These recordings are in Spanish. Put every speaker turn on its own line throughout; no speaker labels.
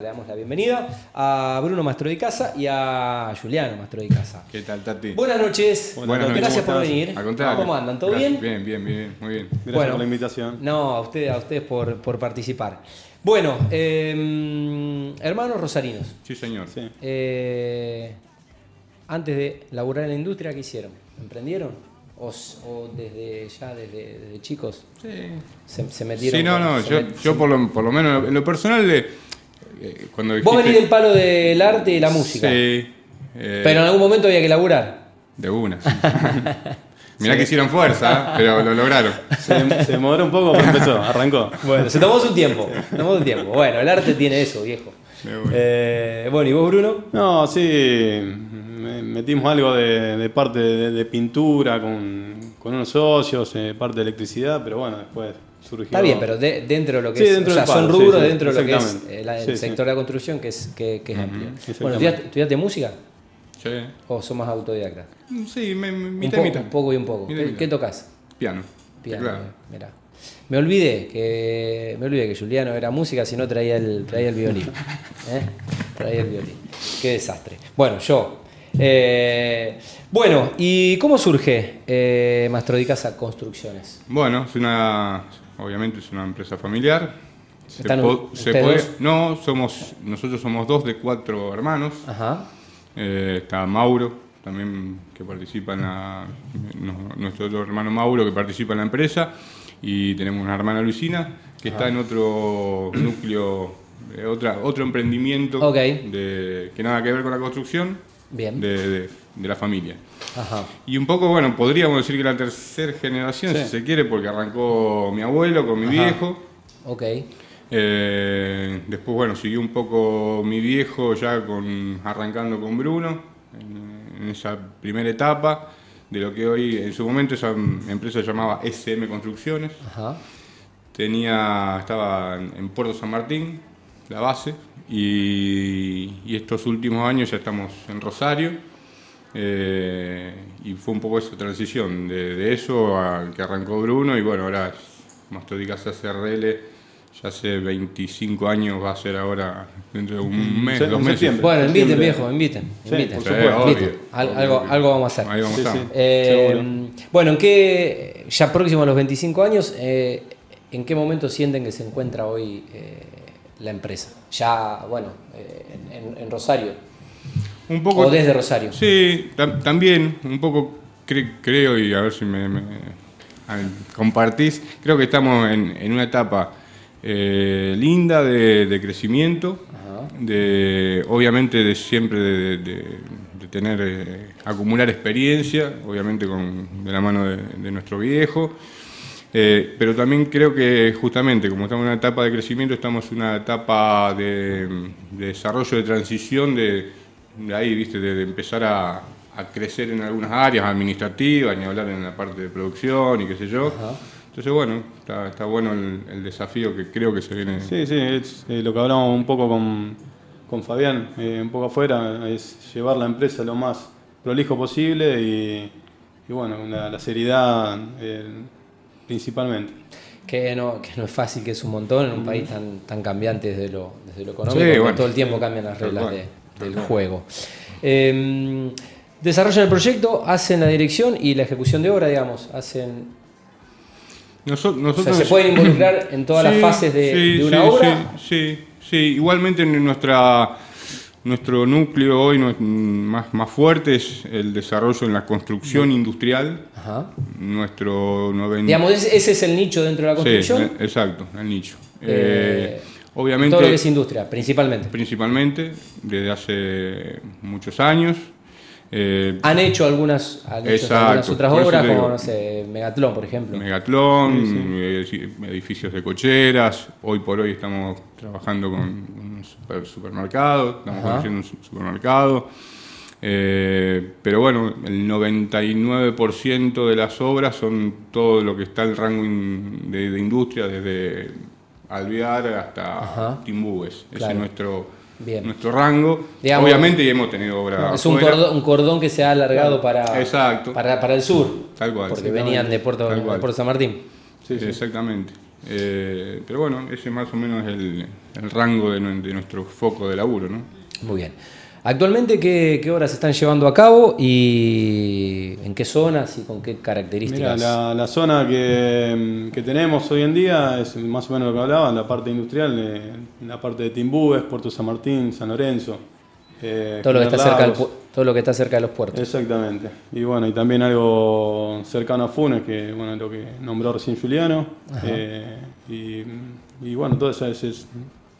Le damos la bienvenida a Bruno Mastro de Casa y a Juliano Mastro de Casa.
¿Qué tal, Tati?
Buenas noches,
Buenas noches,
gracias
¿cómo
por
estás?
venir.
Al contrario.
¿Cómo andan? ¿Todo
Gracias.
bien?
Bien, bien, bien, muy bien.
Gracias
Bueno.
por la invitación.
No, a ustedes, a ustedes por, por participar. Bueno, eh, hermanos rosarinos,
Sí, señor.
Sí.
eh, antes de laburar en la industria, ¿qué hicieron? ¿Emprendieron? ¿O, s- o desde ya, desde, desde chicos,
Sí.
se, se metieron?
Sí, no,
con-
no,
se
yo,
met-
yo por, lo, por lo menos en lo personal, eh, eh, cuando
Vos
dijiste-
venís del palo del arte y la música,
Sí, eh,
pero en algún momento había que laburar.
de una. Mirá que hicieron fuerza, ¿eh? pero lo lograron.
Se, se demoró un poco, pero empezó, arrancó.
Bueno, se tomó su tiempo. se Tomó su tiempo. Bueno, el arte tiene eso, viejo.
De una.
Eh, bueno, ¿y vos, Bruno?
No, sí, me- metimos algo de, de parte de, de pintura con, con unos socios, eh, parte de electricidad, pero bueno, después surgió.
Está bien, pero de- dentro de lo que
Sí,
es.
dentro
o sea,
del
son
palo, sí,
rubros
sí,
dentro de lo que es
exactamente.
eh, la- el
Sí, sí.
sector de la construcción, que es, que, que es amplio. Bueno,
exactamente.
¿estudiaste, estudiaste música
Che.
o sos más autodidacta?
Sí, me, me,
Un
mitad
po-
y mitad.
Un poco y un poco.
Mitad y
¿Qué,
mitad.
qué tocas?
Piano.
Piano.
Claro.
Mirá. Me olvidé que me olvidé que Juliano era música, si no traía el, traía el violín. ¿Eh? Traía el violín. Qué desastre. Bueno, yo. eh, bueno, ¿y cómo surge eh, Mastro de Casa Construcciones?
Bueno, es una, obviamente es una empresa familiar. Se
¿Están
po-
u-
se
ustedes
puede-
dos?
no, somos, nosotros somos dos de cuatro hermanos.
Ajá.
Eh, está Mauro, también que participa en la, no- nuestro otro hermano Mauro que participa en la empresa. Y tenemos una hermana Luisina que
Ah.
está en otro núcleo, eh, otra, otro emprendimiento
Ok.
de, que nada que ver con la construcción
Bien.
de- de- de la familia.
Ajá.
Y un poco, bueno, podríamos decir que la tercera generación, si se quiere, porque arrancó mi abuelo con mi viejo.
Ok.
Eh, después, bueno, siguió un poco mi viejo ya con arrancando con Bruno en, en esa primera etapa de lo que hoy, en su momento, esa mm, empresa se llamaba SM Construcciones.
Ajá.
Tenía, estaba en en Puerto San Martín, la base, y, y estos últimos años ya estamos en Rosario. eh, y fue un poco esa transición de, de eso al que arrancó Bruno, y bueno, ahora Mastodicas CRL ya hace 25 años, va a ser ahora dentro de un mes,
Se-
dos
en
meses.
septiembre.
Bueno, inviten,
Siempre.
viejo, inviten.
Sí,
inviten.
por
Sí,
supuesto.
obvio,
Inviten. Al-
obvio,
algo,
obvio.
algo vamos a hacer.
Ahí vamos
Sí,
a
sí.
estar.
Eh,
Seguro.
bueno, ¿en qué, ya próximo a los 25 años, eh, ¿en qué momento sienten que se encuentra hoy eh, la empresa? Ya, bueno, eh, en, en Rosario.
Un poco
o desde Rosario.
Sí, tam- también, un poco cre- creo, y a ver si me, me- a ver, compartís, creo que estamos en, en una etapa eh, linda de, de crecimiento,
Ajá.
de obviamente de siempre de, de- de tener, eh, acumular experiencia, obviamente con, de la mano de, de nuestro viejo. Eh, pero también creo que justamente como estamos en una etapa de crecimiento, estamos en una etapa de, mm, de desarrollo, de transición, de, de ahí, viste, de, de empezar a, a crecer en algunas áreas administrativas, ni hablar en la parte de producción y qué sé yo. Entonces, bueno, está, está bueno el, el desafío que creo que se viene.
Sí, sí, es eh, lo que hablamos un poco con, con Fabián, eh, un poco afuera, es llevar la empresa lo más prolijo posible y, y bueno, con la, la seriedad eh, principalmente.
Que no, que no es fácil, que es un montón en un país tan, tan cambiante desde lo, desde lo económico,
Mm. Sí,
que
bueno.
todo el tiempo cambian las
Tal
reglas
cual,
de-
tal
del
cual.
juego. Eh, desarrollan el proyecto, hacen la dirección y la ejecución de obra, digamos, hacen
Noso-
O sea,
nosotros
se pueden involucrar en todas las
Sí,
fases de,
sí,
de una
sí,
obra.
Sí, sí, sí. Igualmente en nuestra, nuestro núcleo hoy no es- más, más fuerte es el desarrollo en la construcción industrial.
Ajá.
Nuestro 90...
Digamos, ese ese es el nicho dentro de la
Sí,
construcción.
eh, exacto, el nicho.
Eh,
Eh, obviamente,
todo lo que es industria, principalmente.
principalmente, desde hace muchos años. Eh,
Han hecho algunas, han hecho
Exacto,
algunas otras
por eso
obras,
te digo.
como, no sé, Megatlón, por ejemplo.
Megatlón, eh, edificios de cocheras. Hoy por hoy estamos trabajando con un super- supermercado, estamos
Ajá.
construyendo un su- supermercado. Eh, pero bueno, el 99% de las obras son todo lo que está en el rango in- de, de industria, desde Alvear hasta
Ajá.
Timbúes. Ese
Claro.
es nuestro.
Bien.
Nuestro rango,
Digamos,
obviamente, y hemos tenido obras.
es un
afuera.
cordón, un cordón que se ha alargado para,
Exacto.
para, para el sur,
Tal cual.
porque venían de Puerto,
Tal cual.
de Puerto San Martín.
Exactamente. Eh, pero bueno, ese más o menos es el, el rango de, nu- de nuestro foco de laburo, ¿no?
Muy bien. Actualmente, ¿qué, qué obras se están llevando a cabo y en qué zonas y con qué
Mira,
características?
la, la zona que, que tenemos hoy en día es más o menos lo que hablaba, la parte industrial, eh, la parte de Timbúes, Puerto San Martín, San Lorenzo. eh,
todo, lo que está
General
cerca del
Lagos.
pu- todo lo que está cerca de los puertos.
Exactamente. Y bueno, y también algo cercano a Funes, que bueno, lo que nombró recién Juliano. Eh, y, y bueno, todo ese, ese-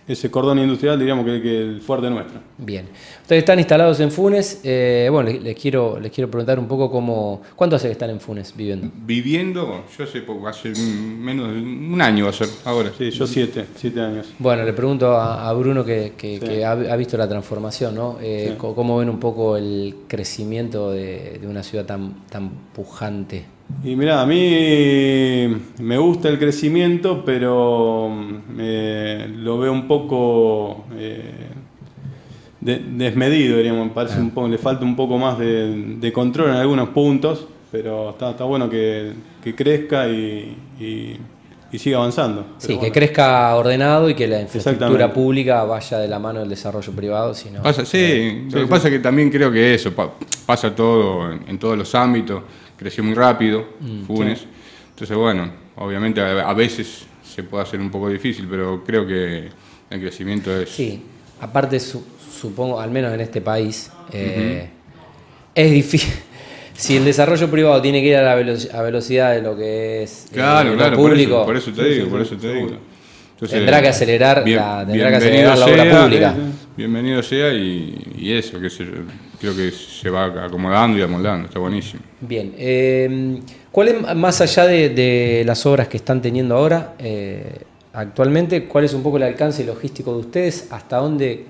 ese cordón industrial diríamos que, que el fuerte nuestro.
Bien. Ustedes están instalados en Funes. eh, bueno, les, les quiero, les quiero preguntar un poco cómo. ¿Cuánto hace que están en Funes viviendo?
Viviendo, yo hace poco, hace menos de un año va a ser, ahora.
Sí, yo siete, siete años.
Bueno, le pregunto a, a Bruno que, que-
Sí.
que ha, ha visto la transformación, ¿no? Eh,
Sí.
co- ¿Cómo ven un poco el crecimiento de, de una ciudad tan, tan pujante?
Y mira, a mí me gusta el crecimiento, pero eh, lo veo un poco eh, de- desmedido, diríamos. Me
Ah.
Parece un poco, le falta un poco más de, de control en algunos puntos, pero está, está bueno que, que crezca y, y- y siga avanzando. Pero
Sí, que
bueno,
crezca ordenado y que la infraestructura
Exactamente.
pública vaya de la mano del desarrollo privado, sino.
Pasa, sí, lo que pasa es que también creo que eso pa- pasa todo en, en todos los ámbitos, creció muy rápido, Funes. Entonces, bueno, obviamente a, a veces se puede hacer un poco difícil, pero creo que el crecimiento es.
Sí, aparte su- supongo, al menos en este país, eh, es difícil. Si el desarrollo privado tiene que ir a la velo- a velocidad de lo que es eh,
Claro,
lo
claro, por
público,
eso, por eso te
Sí,
digo,
sí,
por
sí,
eso te
seguro.
digo.
Tendrá que acelerar la- tendrá que acelerar la
bienvenido eh,
obra pública.
Bienvenido sea y, y eso, que creo que se va acomodando y amoldando, está buenísimo.
Bien, eh, ¿cuál es más allá de, de las obras que están teniendo ahora eh, actualmente? ¿Cuál es un poco el alcance logístico de ustedes? ¿Hasta dónde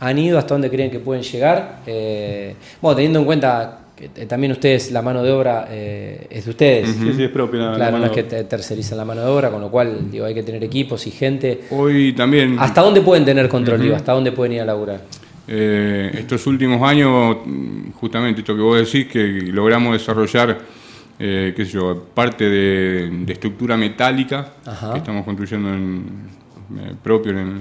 han ido? ¿Hasta dónde creen que pueden llegar? Eh, bueno, teniendo en cuenta que eh, también ustedes, la mano de obra eh, es de ustedes.
Sí, sí, es propio. la- la
Claro, no
mano-
es que te tercerizan la mano de obra, con lo cual digo, hay que tener equipos y gente.
Hoy también...
¿Hasta dónde pueden tener control? digo, ¿Hasta dónde pueden ir a laburar?
Eh, estos últimos años, mm, justamente esto que vos decís, que logramos desarrollar, eh, qué sé yo, parte de, de estructura metálica
Ajá.
que estamos construyendo en, eh, propio en, eh,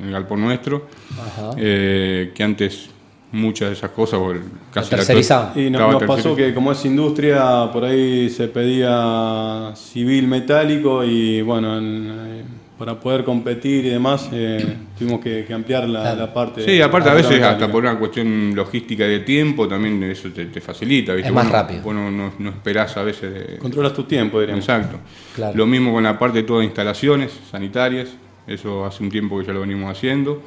en el galpón nuestro,
Ajá.
eh, que antes muchas de esas cosas, o el- casi la
tercerizaban.
to-
Y no-
estaba
nos pasó
tercerizado.
que como es industria, por ahí se pedía civil metálico y bueno, en- eh, para poder competir y demás, eh, tuvimos que, que ampliar la, la parte.
Sí, aparte a
la
veces
metálica.
hasta por una cuestión logística y de tiempo también eso te, te facilita. ¿viste?
Es más
Vos no-
rápido.
Vos no, no- no esperás a veces de-
Controlas tu tiempo, diríamos.
Exacto.
Claro.
Lo mismo con la parte de todas instalaciones sanitarias, eso hace un tiempo que ya lo venimos haciendo.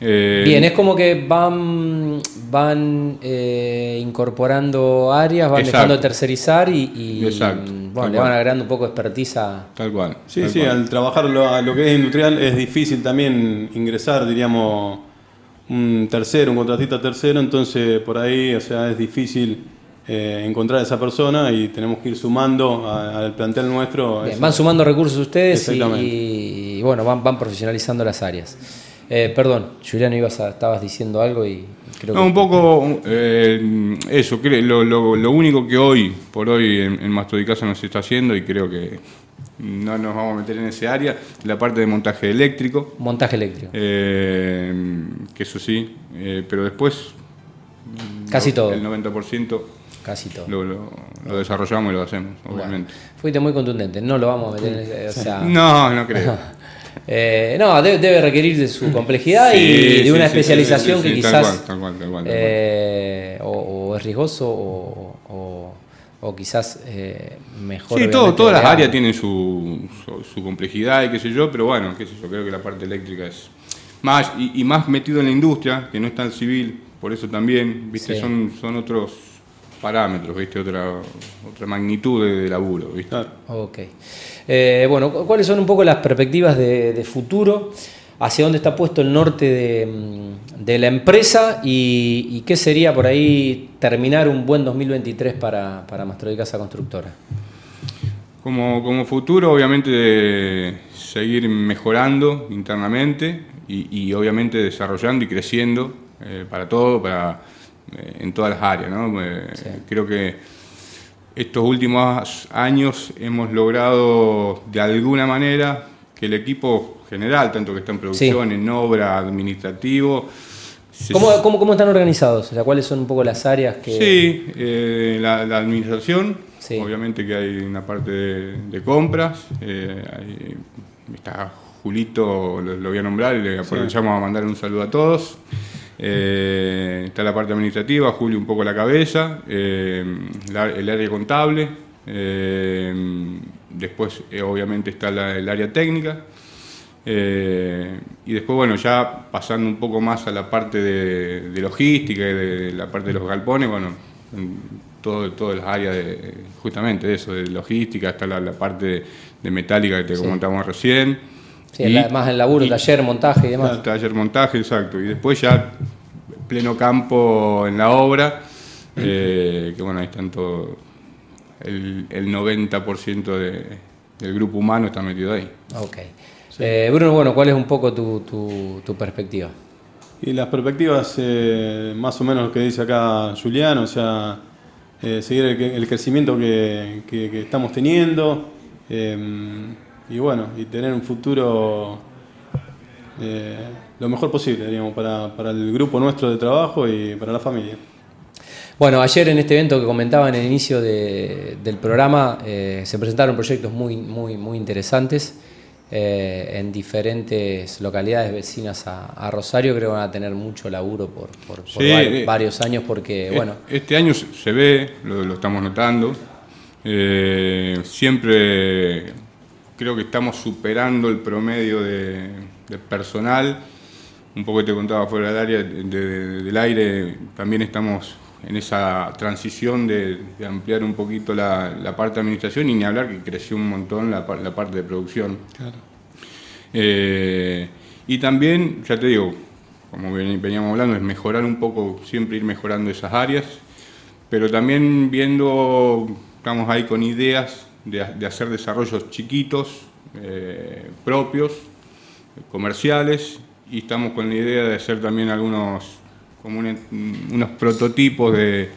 Eh,
Bien, es como que van, van eh, incorporando áreas, van
Exacto.
dejando de tercerizar y, y, mm,
Exacto,
bueno,
tal
le van
cual.
agregando un poco de expertiza.
Tal cual.
Sí,
tal
sí,
cual.
al trabajar lo, a lo que es industrial es difícil también ingresar, diríamos, un tercero, un contratista tercero, entonces por ahí, o sea, es difícil eh, encontrar a esa persona y tenemos que ir sumando a- al plantel nuestro.
Bien,
esa-
van sumando recursos ustedes y,
Exactamente.
y, bueno, van, van profesionalizando las áreas. Eh, perdón, Juliano, ibas a- estabas diciendo algo y creo
No,
que...
un poco eh, eso, cre- lo, lo- lo único que hoy, por hoy, en, en Mastodicasa nos está haciendo, y creo que no nos vamos a meter en ese área, la parte de montaje eléctrico,
Montaje eléctrico.
eh, que eso sí, eh, pero después
casi todo.
el 90%
Casi todo.
lo, lo- lo desarrollamos y lo hacemos, obviamente.
Fuiste muy contundente, no lo vamos a meter en ese- o sea,
No, no creo.
eh, no, debe, debe requerir de su complejidad
Mm. Sí,
y de
sí,
una
sí, sí,
especialización
sí, sí,
que
sí,
quizás
tal cual, tal cual, tal cual, tal cual.
eh, o, o es riesgoso o, o- o quizás eh, mejor.
Sí, todo,
obviamente,
todas las
agregar.
áreas tienen su, su, su complejidad y qué sé yo, pero bueno, qué sé yo, creo que la parte eléctrica es más y, y más metido en la industria, que no es tan civil, por eso también, viste,
Sí.
son, son otros parámetros, viste, otra, otra magnitud de, de laburo, viste.
Claro.
Ok. Eh, bueno, cu- ¿cuáles son un poco las perspectivas de, de futuro? ¿Hacia dónde está puesto el norte de, mm, de la empresa? ¿Y, y qué sería por ahí terminar un buen 2023 para, para Mastro de Casa Constructora?
Como, como futuro, obviamente, de seguir mejorando internamente y, y obviamente desarrollando y creciendo eh, para todo, para, eh, en todas las áreas. ¿no? Eh, Creo que estos últimos años hemos logrado de alguna manera que el equipo general, tanto que está en producción,
Sí.
en obra, administrativo, se-
¿Cómo, cómo, cómo están organizados? O sea, ¿cuáles son un poco las áreas que.
Sí, eh, la, la administración,
Sí.
obviamente que hay una parte de, de compras, eh, hay- está Julito, lo, lo voy a nombrar y le aprovechamos a mandar un saludo a todos. Eh, está la parte administrativa, Julio un poco la cabeza, eh, la- el área contable, eh, después eh, obviamente está la- el área técnica. Eh, y después, bueno, ya pasando un poco más a la parte de, de logística y de la parte de los galpones, bueno, en todo, todas las áreas de, justamente de eso, de logística, hasta la, la parte de, de metálica que te comentamos recién.
Sí,
Y-
la- más el laburo,
y-
taller, montaje y demás.
Taller, montaje, exacto. Y después ya pleno campo en la obra, eh, que bueno, ahí están todo, el, el 90% de- del grupo humano está metido ahí.
Ok. Eh, Bruno, bueno, ¿cuál es un poco tu, tu- tu perspectiva?
Y las perspectivas, eh, más o menos lo que dice acá Julián, o sea, eh, seguir el, que- el crecimiento que, que- que estamos teniendo eh, y bueno, y tener un futuro eh, lo mejor posible, diríamos, para, para el grupo nuestro de trabajo y para la familia.
Bueno, ayer en este evento que comentaba en el inicio de- del programa, eh, se presentaron proyectos muy, muy, muy interesantes eh, en diferentes localidades vecinas a, a Rosario. Creo que van a tener mucho laburo por, por- por
Sí,
va-
eh,
varios años porque,
Eh,
bueno,
Este año se se ve, lo, lo estamos notando. Eh, siempre creo que estamos superando el promedio de, de personal. Un poco te contaba fuera del área, de- de- del aire, también estamos en esa transición de, de ampliar un poquito la, la parte de administración y ni hablar que creció un montón la, par- la parte de producción. Eh, y también, ya te digo, como ven- veníamos hablando, es mejorar un poco, siempre ir mejorando esas áreas, pero también viendo, estamos ahí con ideas de, ha- de hacer desarrollos chiquitos, eh, propios, comerciales, y estamos con la idea de hacer también algunos, como un- unos prototipos de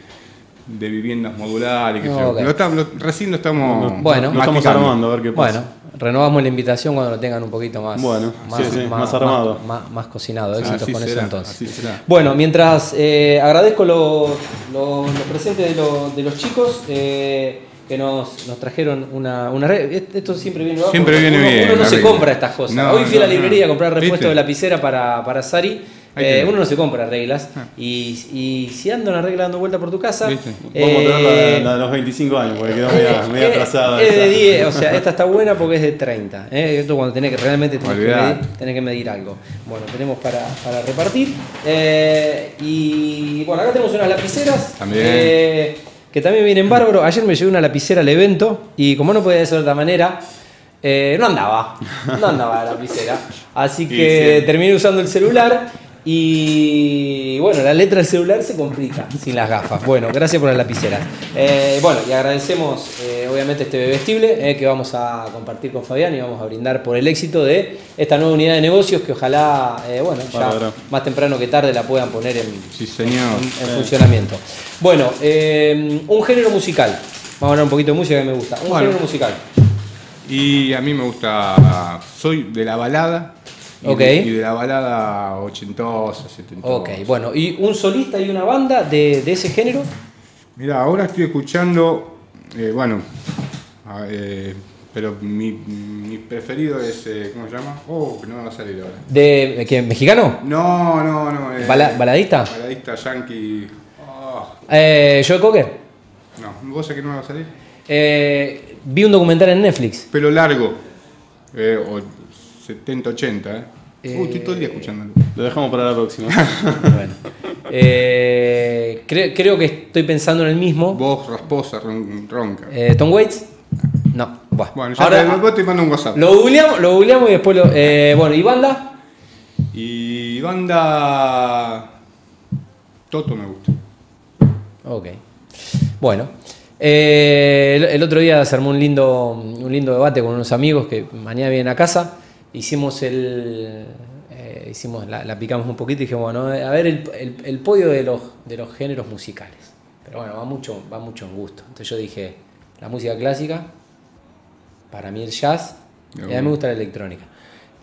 de viviendas modulares, qué sé yo.
Ok.
Lo estamos- lo- recién lo estamos
Bueno.
lo estamos
masticando.
armando, a ver qué pasa.
bueno, renovamos la invitación cuando lo tengan un poquito más,
pues, Bueno,
más,
sí, sí, más armado.
más- más cocinado. Éxitos
Así
con eso
será,
entonces.
así será.
Bueno, mientras eh, agradezco los los- los presentes de, los- de los chicos eh, que nos, nos trajeron una, una re- est- Esto siempre viene abajo,
Siempre
uno-
viene
uno,
bien,
Uno no se
arriba.
compra estas cosas.
No,
Hoy fui a la
no,
librería a
no.
comprar repuesto
¿Viste?
de lapicera para, para Sari.
Ahí
Eh,
tenés.
uno no se compra reglas. Y, y si andan arreglas dando vuelta por tu casa.
¿Viste?
Vamos a tener la de-
eh,
la, de los 25 años, porque quedó media, media
eh,
atrasada.
Es
esa.
de 10, o sea, esta está buena porque es de 30. ¿eh? Esto cuando tenés que realmente tenés que,
Olvidate.
medir, tenés que medir algo. Bueno, tenemos para, para repartir. Eh, y bueno, acá tenemos unas lapiceras.
También.
eh, que también vienen bárbaro. Ayer me llevé una lapicera al evento y como no podía ser de otra manera, eh, no andaba. No andaba la lapicera. Así que
sí.
terminé usando el celular. Y bueno, la letra del celular se complica sin las gafas. Bueno, gracias por la lapicera. Eh, bueno, y agradecemos eh, obviamente este bebestible eh, que vamos a compartir con Fabián y vamos a brindar por el éxito de esta nueva unidad de negocios que ojalá, eh, bueno, ya
Bárbaro.
más temprano que tarde la puedan poner en,
Sí, señor.
en funcionamiento. Bueno, eh, un género musical. Vamos a hablar un poquito de música que me gusta. Un
Bueno.
género musical.
Y a mí me gusta. Soy de la balada. y
Ok.
de- Y de la balada ochentosa, setentosa.
Ok, bueno, y un solista y una banda de, de ese género.
Mira, ahora estoy escuchando. eh, bueno. a- eh, pero mi, mi preferido es. eh, ¿Cómo se llama? Oh, que no me va a salir ahora.
¿De ¿quién? mexicano?
No, no, no. eh,
Bala- ¿Baladista?
Baladista yankee. Oh,
Eh, Joe Cocker.
no, ¿vos sabés que no me va a salir?
Eh, vi un documental en Netflix.
Pelo largo. eh, o 70, 80, ¿eh? Uy, estoy todo el día escuchándolo.
Lo dejamos para la próxima.
Bueno. Eh, cre- creo que estoy pensando en el mismo.
Voz rasposa, ron- ronca.
Eh, ¿Tom Waits? No. Buah.
Bueno, ya
Ahora, ah,
te, vos te mando un WhatsApp.
lo googleamos, lo googleamos y después lo. eh, bueno, ¿y banda?
Y banda. Toto me gusta.
Ok. Bueno. eh, el, el otro día se armó un lindo, un lindo debate con unos amigos que mañana vienen a casa. Hicimos el. eh, hicimos, la, la picamos un poquito y dijimos, bueno, a ver el, el- el podio de los, de los géneros musicales. Pero bueno, va mucho, va mucho en gusto. Entonces yo dije, la música clásica, para mí el jazz, y a mí me gusta la electrónica.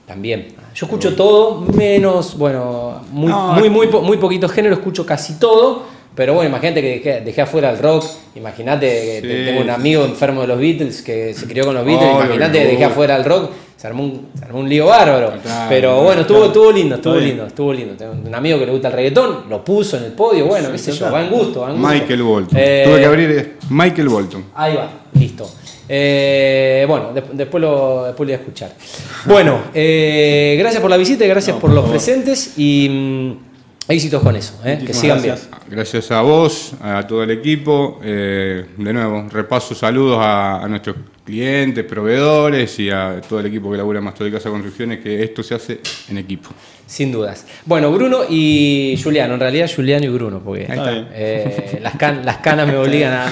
También.
Ah,
Yo escucho todo, menos, bueno, muy,
No,
muy, muy, po- muy poquitos géneros, escucho casi todo. Pero bueno, imagínate que dejé, dejé afuera el rock. Imagínate que
Sí.
te- tengo un amigo enfermo de los Beatles que se crió con los Beatles.
Obvio,
imagínate que dejé
obvio.
afuera el rock. Se armó un, se armó un lío bárbaro.
Claro,
pero
claro,
bueno, estuvo,
claro.
estuvo lindo, estuvo
Está bien.
lindo, estuvo lindo. Tengo un amigo que le gusta el reggaetón, lo puso en el podio. Bueno, qué sé yo, va en gusto, va en gusto.
Michael Bolton.
Eh,
Tuve que abrir eh, Michael Bolton.
Ahí va, listo. Eh, bueno, des- después, lo, después lo voy a escuchar. Bueno, eh, gracias por la visita, y gracias
No,
por
por
los
favor.
presentes y mm, éxitos con eso. eh, que
Muchísimas
sigan
gracias.
bien.
Gracias a vos, a todo el equipo. Eh, de nuevo, repaso saludos a, a nuestros clientes, proveedores y a todo el equipo que labura en Mastro de Casa Construcciones, que esto se hace en equipo.
Sin dudas. Bueno, Bruno y Juliano, en realidad Juliano y Bruno, porque
Ahí está.
eh, las, can- las canas me obligan a...